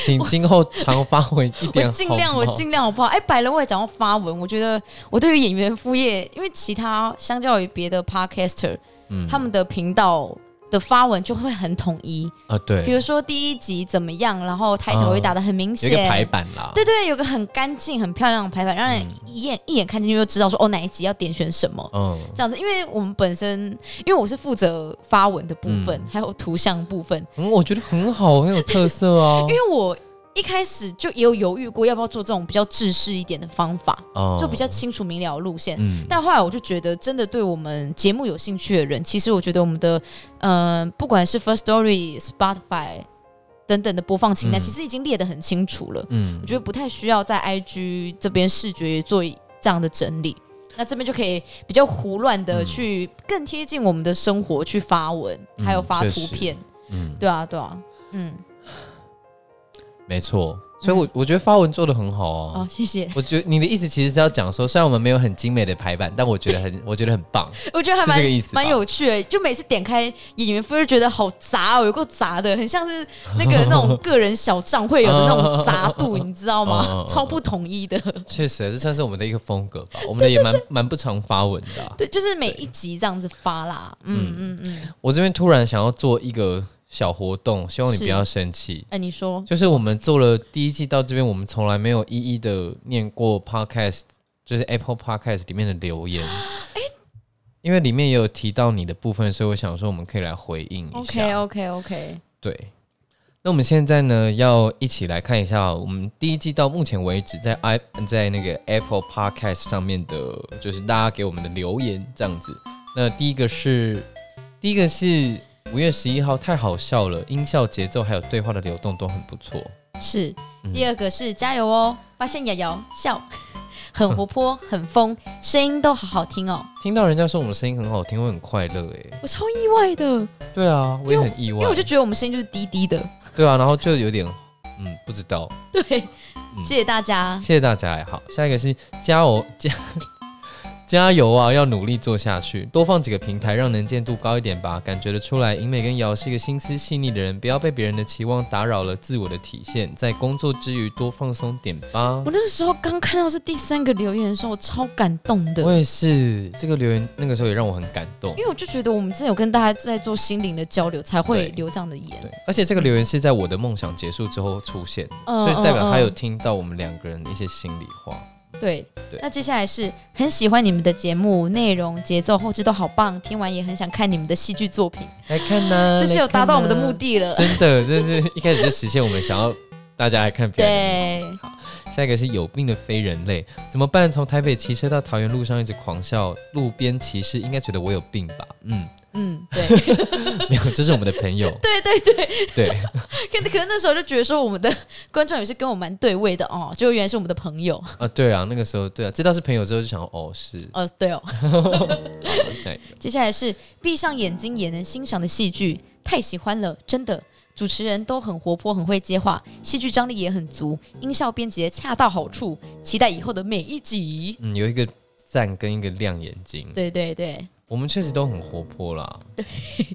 请今后常发文一
[laughs]
点
我
好
尽量，
不
我
好
尽量，好不好？哎，百了我也讲到发文，我觉得我对于演员副业，因为其他相较于别的 podcaster，、
嗯
他们的频道的发文就会很统一，
啊，对，嗯
比如说第一集怎么样，然后抬头会打的很明
有一个
显，
排版啦，
对对，有个很干净、很漂亮的排版，让人一眼、一眼看进去就知道说哦哪一集要点选什么。
嗯，
这样子，因为我们本身，因为我是负责发文的部分，
嗯
还有图像部分，
嗯，我觉得很好，很有特色啊，
[laughs] 因为我一开始就也有犹豫过要不要做这种比较制式一点的方法，
哦
就比较清楚明了的路线。
嗯，
但后来我就觉得，真的对我们节目有兴趣的人，其实我觉得我们的，嗯，不管是 First Story、Spotify 等等的播放清单，
嗯
其实已经列得很清楚了。
嗯
我觉得不太需要在 IG 这边视觉做这样的整理，那这边就可以比较胡乱的
嗯
去更贴近我们的生活去发文，
嗯
还有发
确
图
实
片。
嗯，
对啊，对啊，嗯，
没错，所以我我觉得发文做的很好
好、
啊。
哦谢谢。 [laughs]
我觉得你的意思其实是要讲说，虽然我们没有很精美的排版，但我觉得很，我觉得很棒，
我觉得 [laughs] 还
是这个
蛮
意思吧
蛮有趣的，就每次点开演员夫就觉得好杂哦，有够杂的，很像是那个
[laughs]
那种个人小账会有的那种杂度，你知道
嗯嗯
吗
嗯？
超不统一的， [laughs]
确实，啊这算是我们的一个风格吧。我们的也蛮蛮不常发文的啊。
对，就是每一集这样子发啦，嗯嗯嗯，
我这边突然想要做一个小活动，希望你
是
不要生气。
哎，你说，
就是我们做了第一季到这边，我们从来没有一一的念过 podcast，就是 Apple Podcast 里面的留言。因为里面也有提到你的部分，所以我想说我们可以来回应一下。
OK OK OK，
对，那我们现在呢，要一起来看一下我们第一季到目前为止在 i 在那个 Apple Podcast 上面的，就是大家给我们的留言这样子。那第一个是，第一个是五月十一号，太好笑了，音效、节奏还有对话的流动都很不错。
是
嗯
第二个是加油哦，发现瑶瑶笑， [laughs] 很活泼，很疯，
[laughs]
声音都好好听哦，
听到人家说我们声音很好听，会很快乐哎。
我超意外的，
对啊，我也很意
因
外。
为我就觉得我们声音就是低低的，
对啊，然后就有点嗯，不知道。
对，
嗯
谢谢大家，
谢谢大家。好，下一个是加油加 [laughs] 加油啊！要努力做下去，多放几个平台，让能见度高一点吧。感觉得出来，银美跟瑶是一个心思细腻的人，不要被别人的期望打扰了自我的体现。在工作之余多放松点吧
我。那时候刚看到是第三个留言的时候，我超感动的，
我也是，这个留言那个时候也让我很感动
因。为我就觉得我们真的有跟大家在做心灵的交流，才会
对
留这样的言。
对，而且这个留言是在我的梦想结束之后出现，
嗯
所以代表他有
嗯
听到我们两个人的一些心里话。
嗯对。
对
那接下来是很喜欢你们的节目内容、节奏、后置都好棒，听完也很想看你们的戏剧作品，
来看呢、
这是有达到我们的目
的。
的了。
真的，呃这是一开始就实现我们想要大家来看表演的
对，
下一个是有病的非人类，怎么办？从台北骑车到桃园路上一直狂笑，路边骑士应该觉得我有病吧？嗯，
嗯，对，。
没有，这是我们的朋友
[laughs] 对对对。
对，
可可能那时候就觉得说，我们的观众也是跟我蛮对位的哦，就原来是我们的朋友。 [laughs]
啊，对啊，那个时候，对啊，知道是朋友之后就想，哦，是。
哦，对哦。
好下一个
接下来是闭上眼睛也能欣赏的戏剧，太喜欢了，真的。主持人都很活泼，很会接话，戏剧张力也很足，音效编辑恰到好处，期待以后的每一集。
嗯，有一个赞跟一个亮眼睛。
对对对，
我们确实都很活泼啦。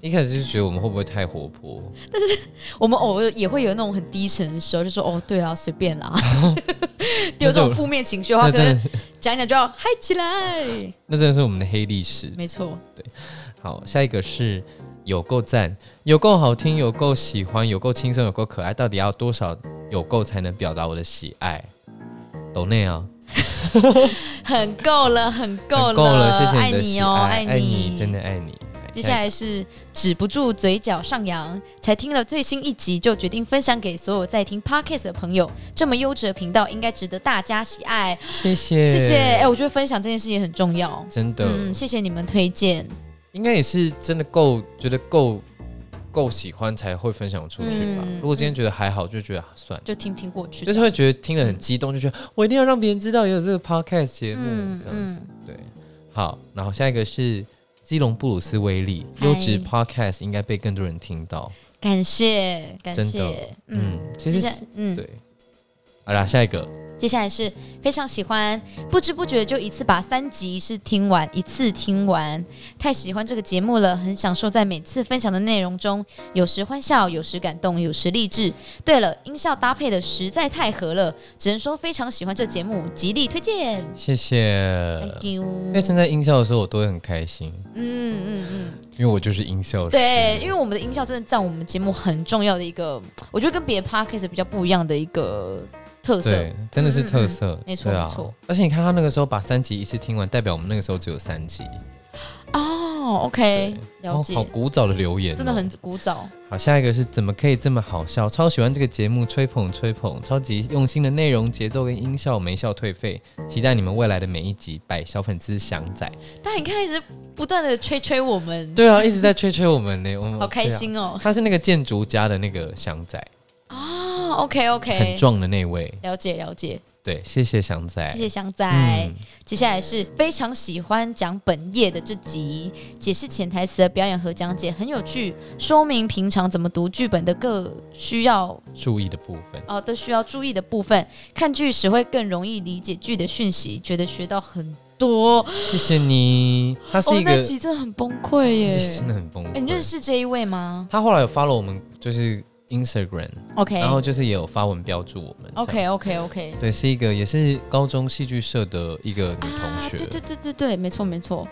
一开始就觉得我们会不会太活泼？
我们偶尔也会有那种很低沉的时候，就说哦，对啊，随便
[laughs]
啦。有这种负面情绪的话，
那
可
真
能
的是，
讲一讲就要嗨起来。
那真的是我们的黑历史。
没错，
好，下一个是有够赞，有够好听，有够喜欢，有够轻松，有够可爱，到底要多少有够才能表达我的喜爱？抖内啊，
很够了，很够
很够了，谢谢
爱
你的
你
喜哎
哦，
爱，爱
你，
真的。爱你。
接下来是止不住嘴角上扬，才听了最新一集就决定分享给所有在听 podcast 的朋友。这么优质的频道，应该值得大家喜爱。
谢谢，
谢谢，哎、我觉得分享这件事也很重要。
真的，
嗯，谢谢你们推荐。
应该也是真的够，觉得够够喜欢才会分享出去吧。
嗯
如果今天觉得还好，就觉得、啊、算了，
就听听过去，
就是会觉得听得很激动，就觉得我一定要让别人知道也有这个 podcast 节目、
嗯
这样子。对，好，然后下一个是基隆布鲁斯威利，
嗨
优质 podcast 应该被更多人听到。
感谢感
真的
谢，
嗯，
嗯，
其
接
实
下
是
嗯，
对。好啦，下一个
接下来是非常喜欢，不知不觉就一次把三集是听完，一次听完，太喜欢这个节目了，很享受在每次分享的内容中，有时欢笑，有时感动，有时励志。对了，音效搭配的实在太合了，只能说非常喜欢这节目，极力推荐。
谢谢。
Thank you。
因
嗯
为正在音效的时候，我都会很开心，
嗯嗯，
因为我就是音效师。
对，因为我们的音效真的占我们节目很重要的一个，我觉得跟别的 podcast 比较不一样的一个特色。
对，真的是特色，
嗯没错
对啊
没错。
而且你看他那个时候把三集一次听完，代表我们那个时候只有三集，
哦，OK，
然
了
后
解
哦好，古早的留言哦、
真的很古早。
好。下一个是怎么可以这么好笑？超喜欢这个节目，吹捧吹捧，超级用心的内容、节奏跟音效，没笑退费。期待你们未来的每一集，百小粉丝想仔。
但你看一直不断的吹吹我们，
对啊，一直在吹吹我们呢，我们
好开、
对
心哦
啊。他是那个建筑家的那个祥仔，
啊，OK
很
OK，
壮的那位。
了解了解，
对，谢谢祥仔，
谢谢香仔。
嗯
接下来是非常喜欢讲本业的这集，解释潜台词的表演和讲解很有趣，说明平常怎么读剧本的各需要
注意的部分。
哦都需要注意的部分。看剧时会更容易理解剧的讯息，觉得学到很多。
谢谢你，他是
哦
一，个、
那集真的很崩溃耶。
真的很崩
哎、
溃。
你认识这一位吗
他后来有 follow 我们，就是 Instagram，、
？OK，
然后就是也有发文标注我们。这样
OK OK OK。
对，是一个也是高中戏剧社的一个女同
啊，
学。
对对对对对，没错没错。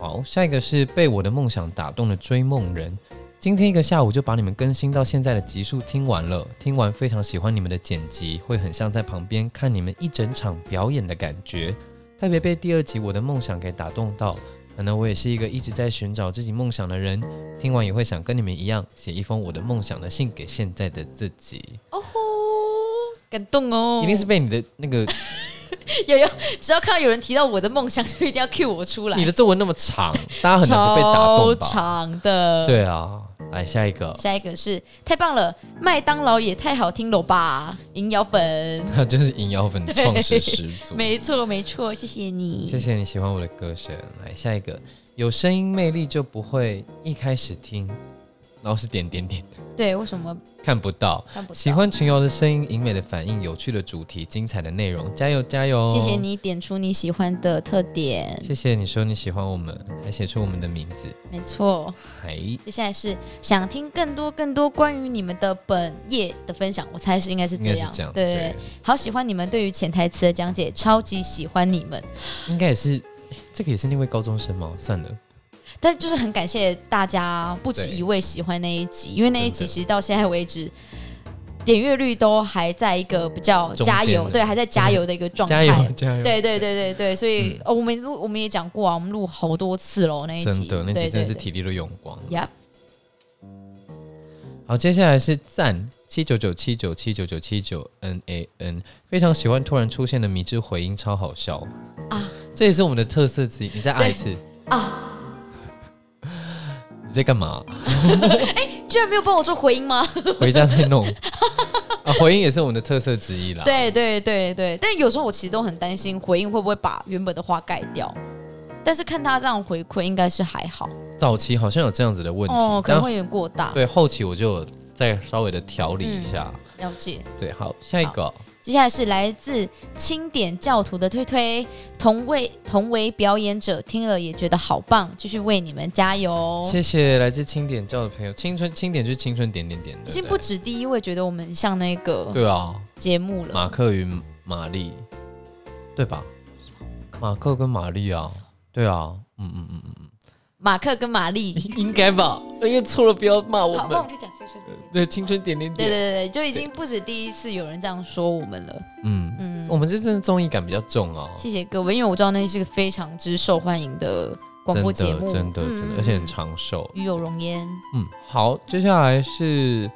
好，下一个是被我的梦想打动的追梦人。今天一个下午就把你们更新到现在的集数听完了，听完非常喜欢你们的剪辑，会很像在旁边看你们一整场表演的感觉。特别被第二集《我的梦想》给打动到，可能我也是一个一直在寻找自己梦想的人，听完也会想跟你们一样写一封我的梦想的信给现在的自己。
哦吼，感动哦！
一定是被你的那个
有有，只要看到有人提到我的梦想，就一定要 cue 我出来。
你的作文那么长，大家很难不被打
超
动吧？
长的。，
[laughs] 对啊，来下一个， [laughs]
下一个是太棒了，麦当劳也太好听了吧，银摇粉。
那就是银摇粉创始始
[laughs]
祖。
没错没错，谢谢你。
谢谢你喜欢我的歌声。来下一个，有声音魅力就不会一开始听，然后是点点 [laughs] 点
对，为什么
看不到。
看不到？
喜欢群瑶的声音、颖美的反应、有趣的主题、精彩的内容，加油加油！
谢谢，你点出你喜欢的特点，
谢谢你说你喜欢我们，还写出我们的名字，
没错。
还
接下来是想听更多更多关于你们的本业的分享，我猜是应该是
哎应
这
该是
样，
这样，
对对，好喜欢你们对于潜台词的讲解，超级喜欢你们。
应该也是。这个也是那位高中生吗？算了，
但就是很感谢大家不止
对
一位喜欢那一集，因为那一
真
集
的
其实到现在为止，点阅率都还在一个比较
中间
加油，
的
对，还在加油的一个状
[laughs] 加
态。
油嗯加油！
对对对对对，所以、哦我们录我们也讲过啊，我们录好多次喽那一
真
集，
的，那
对
集真的是。
对对
体力都用光了。
Yep
好，接下来是赞七九九七九七九九七九 N A N，非常喜欢突然出现的迷之回音，超好笑
啊！
这也是我们的特色之一。你再按一次
啊！
你在干嘛？
居然没有帮我做回音
[laughs]
吗？
回家再
[laughs]
弄啊！回音也是我们的特色之一啦。
对对对对，但有时候我其实都很担心回应会不会把原本的话盖掉，但是看他这样回馈，应该是还好
早期好像有这样子的问题，
哦，可
但
能会有点过大。
对后期我就有再稍微的调理一下。
了解。
对，好，下一个
接下来是来自清点教徒的推推，同为同为表演者，听了也觉得好棒，继续为你们加油。
谢谢来自清点教的朋友，青春清点就是青春点点点的，
已经
对
不止第一位觉得我们像那个
对啊，
节目了，
马克与玛丽，对吧？马克跟玛丽啊，对啊，嗯嗯嗯嗯嗯，
马克跟玛丽，
[laughs] 应应该吧？因为错了不要骂我
好，那我
们
们。就讲青春点点。
对，青春点点
对
点。
对对，对就已经不止第一次有人这样说我们了。
嗯，
嗯，
我们这真的综艺感比较重哦。
谢谢各位，因为我知道那是个非常之受欢迎的广
真
播
的
节目，
真的
嗯
真的，而且很长寿。
与有容焉。
嗯，好，接下来是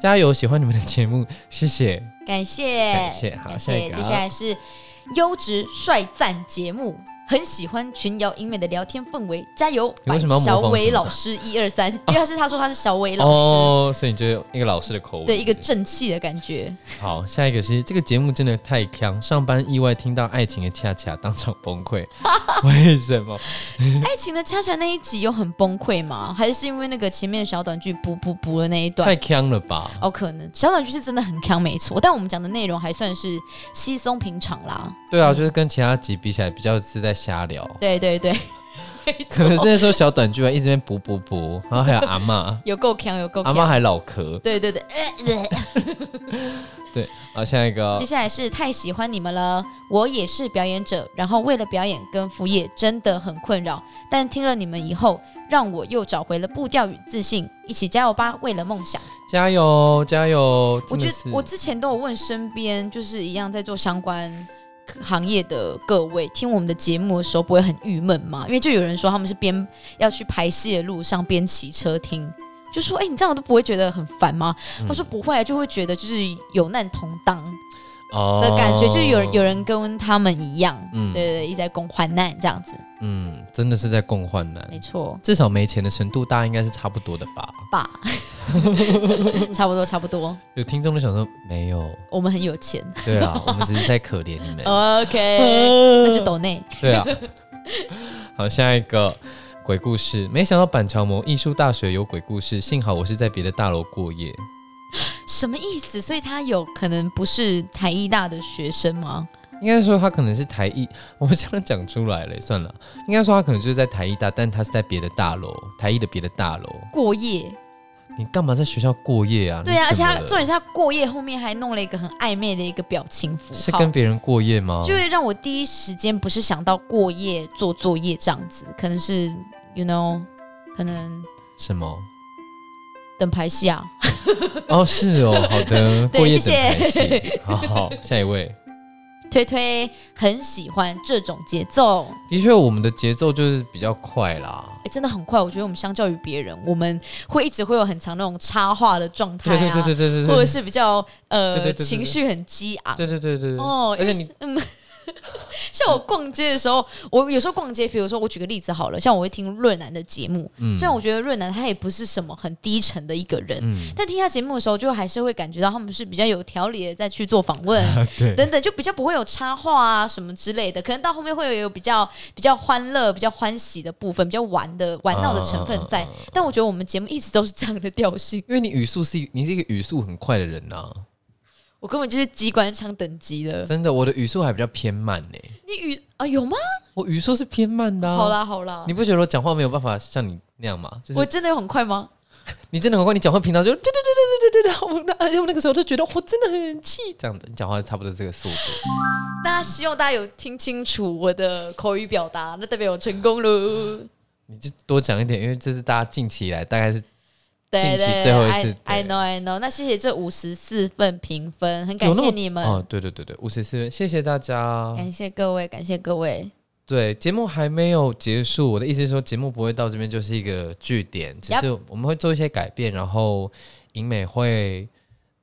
加油，喜欢你们的节目， [laughs] 谢谢，
感谢，
感谢好
感
下一
谢。
个
接下来是优质帅赞节目，很喜欢群瑶英美的聊天氛围，加油！
你为什么要模
小
仿
伟
什么
老师一二
[laughs]
三，因为他是他说他是小伟老师，
哦，所以你就用一个老师的口吻，
对一个正气的感觉。
好，下一个是这个节目真的太强，上班意外听到爱情的恰恰，当场
[laughs]
崩溃，为什么？
爱情的恰恰那一集有很崩溃吗？还是因为那个前面小短剧补补补的那一段
太？强了吧？
哦，可能小短剧是真的很强，没错，但我们讲的内容还算是稀松平常啦。
对啊，就是跟其他集比起来，比较是在瞎聊。
对对对，
[laughs] 可能是那时候小短剧吧，一直在补补补，然后还有阿
[laughs]
嬷，
有够强，有够
阿嬷
强。
还老咳。
对对对，呃呃
对，好，啊下一个
接下来是太喜欢你们了，我也是表演者，然后为了表演跟副业真的很困扰，但听了你们以后，让我又找回了步调与自信，一起加油吧，为了梦想。
加油加油！
我
真
觉
的
得
是
我之前都有问身边就是一样在做相关行业的各位，听我们的节目的时候不会很郁闷吗？因为就有人说他们是边要去排戏的路上边骑车听。就说哎、你这样都不会觉得很烦吗？
嗯
他说不会啊，就会觉得就是有难同当
哦
的感觉，就是有人有人跟他们一样，
嗯
对对对，一直在共患难这样子，
嗯，真的是在共患难
没。错
至少没钱的程度，大家应该是差不多的吧？
吧， [laughs] 差不多差不多，
有听众就想说没有，
我们很有钱
对
[laughs]
啊，我们只是在可怜你们。
哦，OK，那
[laughs]
就抖内。
对啊。好，下一个鬼故事。没想到板桥某艺术大学有鬼故事，幸好我是在别的大楼过夜。
什么意思？所以他有可能不是台艺大的学生吗？
应该说他可能是台艺， [laughs] 我们这样讲出来了，算了。应该说他可能就是在台艺大，但他是在别的大楼，台艺的别的大楼。
过夜，
你干嘛在学校过夜啊？
对啊，而
你
且
怎么
他
了
重点是他过夜后面还弄了一个很暧昧的一个表情符
是
号，
跟别人过夜吗？
就会让我第一时间不是想到过夜做作业这样子，可能是 you know，可能
什么？
等排戏啊，
哦，是
[laughs]
哦，好的，
对
过夜
谢
等
谢
排戏。好好，下一位。
推推很喜欢这种节奏，
的确，我们的节奏就是比较快啦。
诶真的很快。我觉得我们相较于别人，我们会一直会有很长那种插话的状态
对
啊，
对对对对对
或者
对
是比较呃
对对对对对
情绪很激昂。
对对对对对。
哦，
而且
因为
你
是嗯，像我逛街的时候，我有时候逛街，比如说我举个例子好了，像我会听润南的节目，
嗯
虽然我觉得润南他也不是什么很低沉的一个人，
嗯， [laughs]
但听他节目的时候，就还是会感觉到他们是比较有条理的在去做访问。
对，
等等，就比较不会有插画啊什么之类的，可能到后面会有比较比较欢乐、比较欢喜的部分，比较玩的玩闹的成分在。
嗯嗯嗯嗯
但我觉得我们节目一直都是这样的调性，
因为你语速是一，你是一个语速很快的人呐、
我根本就是机关枪等级的。
真的，我的语速还比较偏慢呢、
你语啊有吗？
我语速是偏慢的、啊。
好，啦好啦
你，不觉得我讲话没有办法像你那样吗？就
我
是
真的有很快吗？
你真的很快，你讲话平常就对对对对对对对，好那而且我那个时候就觉得我真的很气，这样的，你讲话差不多这个速度。
那希望大家有听清楚我的口语表达，那代表我成功喽。
你就多讲一点，因为这是大家近期以来大概是近期最后一次
，I I
对
know I know。那谢谢这五十四份评分，很感
有那
谢
么
你们，
哦，对对对对，五十四，谢谢大家。
感谢各位，感谢各位。
对，节目还没有结束。我的意思是说，节目不会到这边就是一个据点，只是我们会做一些改变，然后英美会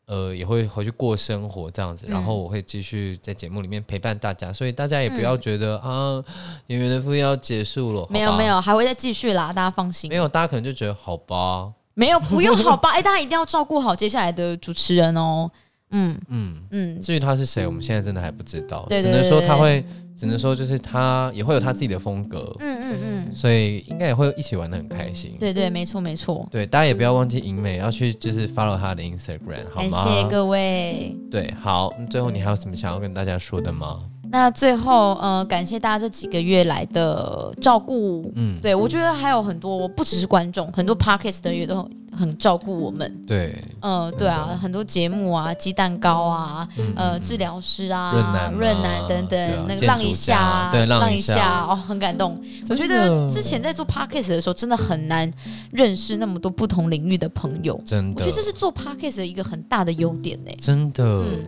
呃也会回去过生活这样子，
嗯
然后我会继续在节目里面陪伴大家，所以大家也不要觉得、啊，演员的副业要结束哦了，好吧
嗯没有没有，还会再继续啦，大家放心。
没有，大家可能就觉得好吧，
没有不用好吧？哎、大家一定要照顾好接下来的主持人哦。嗯
嗯。
嗯，
至于他是谁，我们现在真的还不知道，
对对
只能说
对
他会，只能说就是他也会有他自己的风格，
嗯嗯嗯，
所以应该也会一起玩的很开心。
对对，没错没错。
对，大家也不要忘记银美要去就是 follow 她的 Instagram 好
感
吗？
谢各位。
对，好，那最后你还有什么想要跟大家说的吗？
那最后，呃，感谢大家这几个月来的照顾，
嗯，嗯
对，我觉得还有很多，不只是观众，很多 podcast 的也都很照顾我们。
对，
呃，对啊，很多节目啊，鸡蛋糕啊，呃，治疗师啊，
嗯润南啊
润南等等，
对啊
那个
建
浪
筑
一
家
下，
对浪
浪
一
一
下啊
下，哦，很感动。我觉
真的
得之前在做 podcast 的时候，真的很难认识那么多不同领域的朋友。
真
我
的
觉得，这是做 podcast 的一个很大的优点呢、
真的。
嗯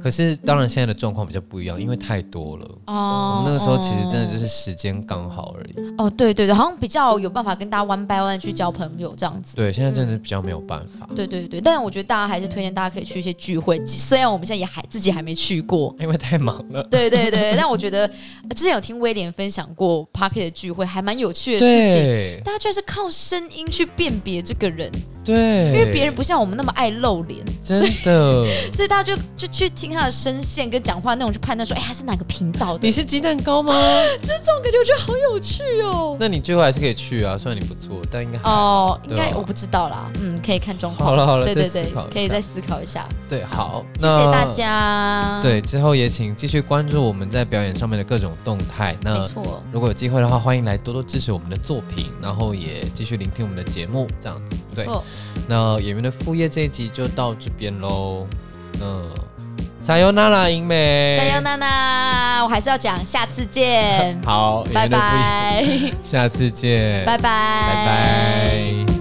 可是当然现在的状况比较不一样，因为太多了。我
哦
们那个时候其实真的就是时间刚好而已。
哦，对对对，好像比较有办法跟大家 one by one 去交朋友这样子。
对，现在真的比较没有办法。
对对对，但我觉得大家还是推荐大家可以去一些聚会，虽然我们现在也还自己还没去过。
因为太忙了。
对对对，但我觉得之前有听威廉分享过 p a r k e t 的聚会，还蛮有趣的事情。
对
大家居然是靠声音去辨别这个人，
对，
因为别人不像我们那么爱露脸，
真的。
所以大家就就去听他的声线跟讲话内容去判断说，哎，他是哪个频道的。
你是鸡蛋糕吗？
[laughs] 这种感觉我觉得好有趣哦。
那你最后还是可以去啊，虽然你不做，但应该还
哦，应该
对啊
我不知道啦，嗯，可以看状况。
好了好了，
对对对
再思考，一下
可以再思考一下。
对好，
谢谢大。家。，
对，之后也请继续关注我们在表演上面的各种动态。
没
那
错。
如果有机会的话，欢迎来多多支持我们的作品，然后也继续聆听我们的节目，这样子。
没
对，
错，
那演员的副业这一集就到这边喽。那撒由那拉，英美，
再见，娜娜，我还是要讲，下次见
[laughs] ，好，演
拜 [laughs]
员的副业，
拜，
下次见，
拜拜，
拜拜